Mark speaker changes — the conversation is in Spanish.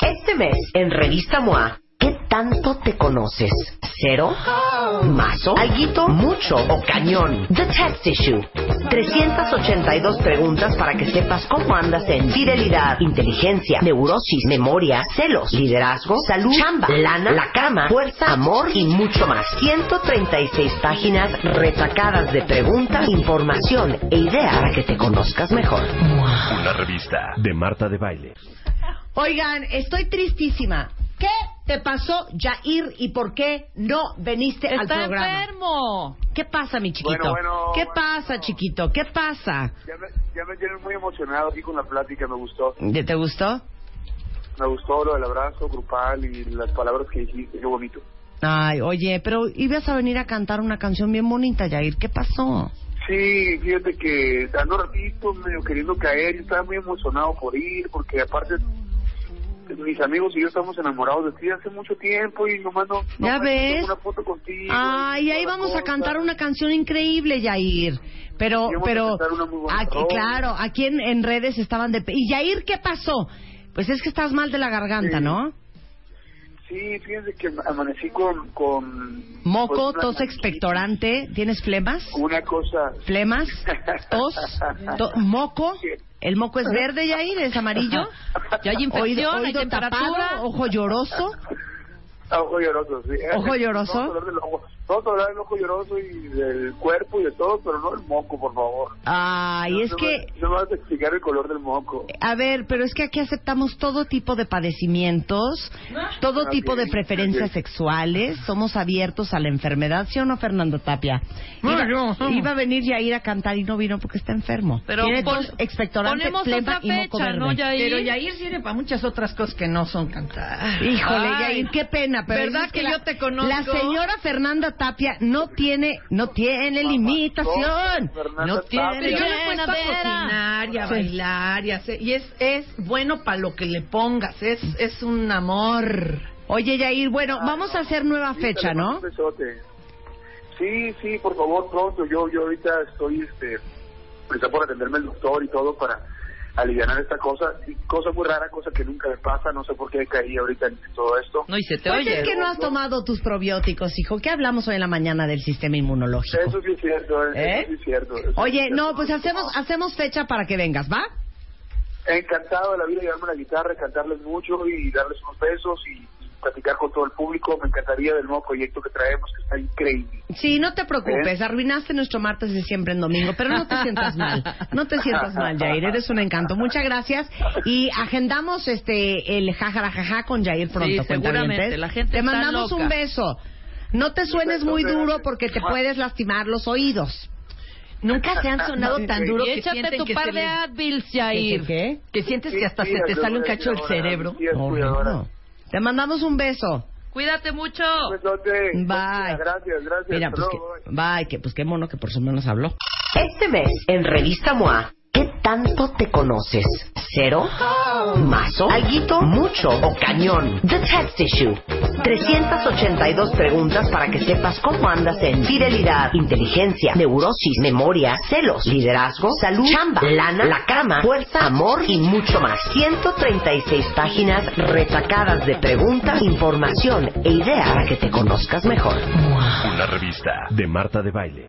Speaker 1: Este mes, en Revista MOA, ¿qué tanto te conoces? ¿Cero? ¿Mazo? ¿Alguito? ¿Mucho? ¿O cañón? The Text Issue. 382 preguntas para que sepas cómo andas en fidelidad, inteligencia, neurosis, memoria, celos, liderazgo, salud, chamba, lana, la cama, fuerza, amor y mucho más. 136 páginas retacadas de preguntas, información e idea para que te conozcas mejor.
Speaker 2: Una revista de Marta de Baile.
Speaker 3: Oigan, estoy tristísima. ¿Qué te pasó, Jair, y por qué no veniste al
Speaker 4: Está
Speaker 3: programa?
Speaker 4: enfermo. ¿Qué pasa, mi chiquito?
Speaker 5: Bueno, bueno,
Speaker 4: ¿Qué
Speaker 5: bueno.
Speaker 4: pasa, chiquito? ¿Qué pasa?
Speaker 5: Ya me, ya me tienen muy emocionado aquí con la plática, me gustó.
Speaker 4: ¿Te te gustó?
Speaker 5: Me gustó lo del abrazo grupal y las palabras que dijiste, qué bonito.
Speaker 4: Ay, oye, pero ibas a venir a cantar una canción bien bonita, Jair. ¿Qué pasó?
Speaker 5: Sí, fíjate que dando ratito, medio queriendo caer, yo estaba muy emocionado por ir, porque aparte pues, mis amigos y yo estamos enamorados de ti hace mucho tiempo y nomás no...
Speaker 4: ¿Ya
Speaker 5: nomás
Speaker 4: ves?
Speaker 5: tengo Una foto contigo.
Speaker 4: Ay,
Speaker 5: y
Speaker 4: ahí
Speaker 5: toda la
Speaker 4: vamos a
Speaker 5: cosa.
Speaker 4: cantar una canción increíble, Jair. Pero,
Speaker 5: Y vamos a
Speaker 4: pero,
Speaker 5: cantar una muy bonita
Speaker 4: aquí,
Speaker 5: rola.
Speaker 4: claro, aquí en, en redes estaban de... pe- ¿Y Jair qué pasó? Pues es que estás mal de la garganta,
Speaker 5: Sí.
Speaker 4: ¿no?
Speaker 5: Sí, fíjense que amanecí con... con
Speaker 4: Moco,
Speaker 5: pues, una-
Speaker 4: tos expectorante, ¿tienes flemas?
Speaker 5: Una cosa...
Speaker 4: flemas, tos, to- moco. El moco es verde, Yair, es amarillo.
Speaker 5: Ya hay
Speaker 4: Oído, infección,
Speaker 3: hay
Speaker 4: oído tapado,
Speaker 3: temperatura.
Speaker 4: ojo lloroso.
Speaker 5: Ah, Ojo lloroso, sí.
Speaker 4: ¿Ojo lloroso?
Speaker 5: Vamos a hablar del ojo- vamos a hablar del ojo lloroso y del cuerpo y de todo, pero no del moco, por favor.
Speaker 4: Ay,
Speaker 5: No-
Speaker 4: es
Speaker 5: no
Speaker 4: que,
Speaker 5: me- No me vas a explicar el color del moco.
Speaker 4: a ver, pero es que aquí aceptamos todo tipo de padecimientos, todo
Speaker 3: Ah,
Speaker 5: Ok,
Speaker 4: tipo de preferencias
Speaker 5: ok.
Speaker 4: sexuales, somos abiertos a la enfermedad, ¿sí o no, Fernando Tapia? Iba, iba a venir Yair a cantar y no vino porque está enfermo.
Speaker 6: Pero
Speaker 4: Tiene
Speaker 6: pon-
Speaker 4: tos expectorante,
Speaker 6: ponemos
Speaker 4: flema
Speaker 6: otra
Speaker 4: y moco
Speaker 6: fecha,
Speaker 4: verde.
Speaker 6: ¿no, Yair?
Speaker 3: Pero Yair sirve para muchas otras cosas que no son cantadas.
Speaker 4: Híjole,
Speaker 6: Ay.
Speaker 4: Yair, qué pena, pero
Speaker 6: ¿Verdad
Speaker 4: es
Speaker 6: que yo te conozco?
Speaker 4: La señora Fernanda Tapia no tiene, no tiene
Speaker 5: Mamá,
Speaker 4: limitación.
Speaker 5: no, Fernanda
Speaker 4: No tiene.
Speaker 5: Tapia.
Speaker 3: Pero yo me he
Speaker 6: Llena,
Speaker 3: puesto a
Speaker 6: Vera.
Speaker 3: cocinar y a
Speaker 4: Sí.
Speaker 3: bailar y a hacer- y es, es bueno para lo que le pongas, es, es un amor.
Speaker 4: Oye, Yair, bueno, vamos a hacer nueva
Speaker 5: Sí,
Speaker 4: fecha,
Speaker 5: dale,
Speaker 4: ¿no?
Speaker 5: un besote. Sí, sí, por favor, pronto. Yo yo ahorita estoy, este, está por atenderme el doctor y todo para aliviar esta cosa. Y cosa muy rara, cosa que nunca me pasa. No sé por qué caí ahorita en todo esto.
Speaker 6: No, y se te
Speaker 4: Pues
Speaker 6: oye.
Speaker 4: es que no has tomado tus probióticos, hijo. ¿Qué hablamos hoy en la mañana del sistema inmunológico?
Speaker 5: Eso sí es cierto, eso
Speaker 4: ¿Eh?
Speaker 5: sí es cierto. eso sí es
Speaker 4: Oye,
Speaker 5: cierto.
Speaker 4: no, pues hacemos, hacemos fecha para que vengas, ¿va?
Speaker 5: Encantado de la vida llevarme la guitarra, cantarles mucho y darles unos besos y platicar con todo el público. Me encantaría del nuevo proyecto que traemos, que está increíble.
Speaker 4: Sí, no te
Speaker 5: ¿Eh?
Speaker 4: preocupes, arruinaste nuestro martes de siempre en domingo, pero no te sientas mal, no te sientas mal, Jair, eres un encanto. Muchas gracias y agendamos este el jajara jaja con Jair pronto.
Speaker 6: seguramente,
Speaker 4: cuentavientes.
Speaker 6: la gente
Speaker 4: te
Speaker 6: está
Speaker 4: mandamos
Speaker 6: loca.
Speaker 4: un beso. No te suenes muy duro porque te puedes lastimar los oídos.
Speaker 3: Nunca se han sonado tan duro que
Speaker 6: Y échate
Speaker 3: sienten
Speaker 6: tu
Speaker 3: que
Speaker 6: par
Speaker 3: se
Speaker 6: de
Speaker 3: les-
Speaker 6: Advils,
Speaker 4: ¿Qué?
Speaker 6: Yair.
Speaker 4: qué?
Speaker 3: que sientes
Speaker 5: Sí,
Speaker 3: que hasta
Speaker 5: sí,
Speaker 3: se te
Speaker 5: lo
Speaker 3: sale un
Speaker 5: voy a
Speaker 3: cacho el
Speaker 5: decir ahora,
Speaker 3: cerebro.
Speaker 5: sí, es cuidadora.
Speaker 4: Horrendo. Te mandamos un beso.
Speaker 6: Cuídate mucho.
Speaker 5: Un besote.
Speaker 4: Bye.
Speaker 5: Gracias, gracias.
Speaker 4: Mira,
Speaker 5: Hasta
Speaker 4: pues
Speaker 5: luego, bye.
Speaker 4: que, bye, que, pues qué mono que por su menos habló.
Speaker 1: Este mes, en Revista MOA, ¿qué tanto te conoces? ¿Cero? ¿Mazo? ¿Alguito? ¿Mucho? ¿O cañón? The Text Issue. 382 preguntas para que sepas cómo andas en fidelidad, inteligencia, neurosis, memoria, celos, liderazgo, salud, chamba, lana, la cama, fuerza, amor y mucho más. 136 páginas retacadas de preguntas, información e idea para que te conozcas mejor.
Speaker 2: Una revista de Marta de Baile.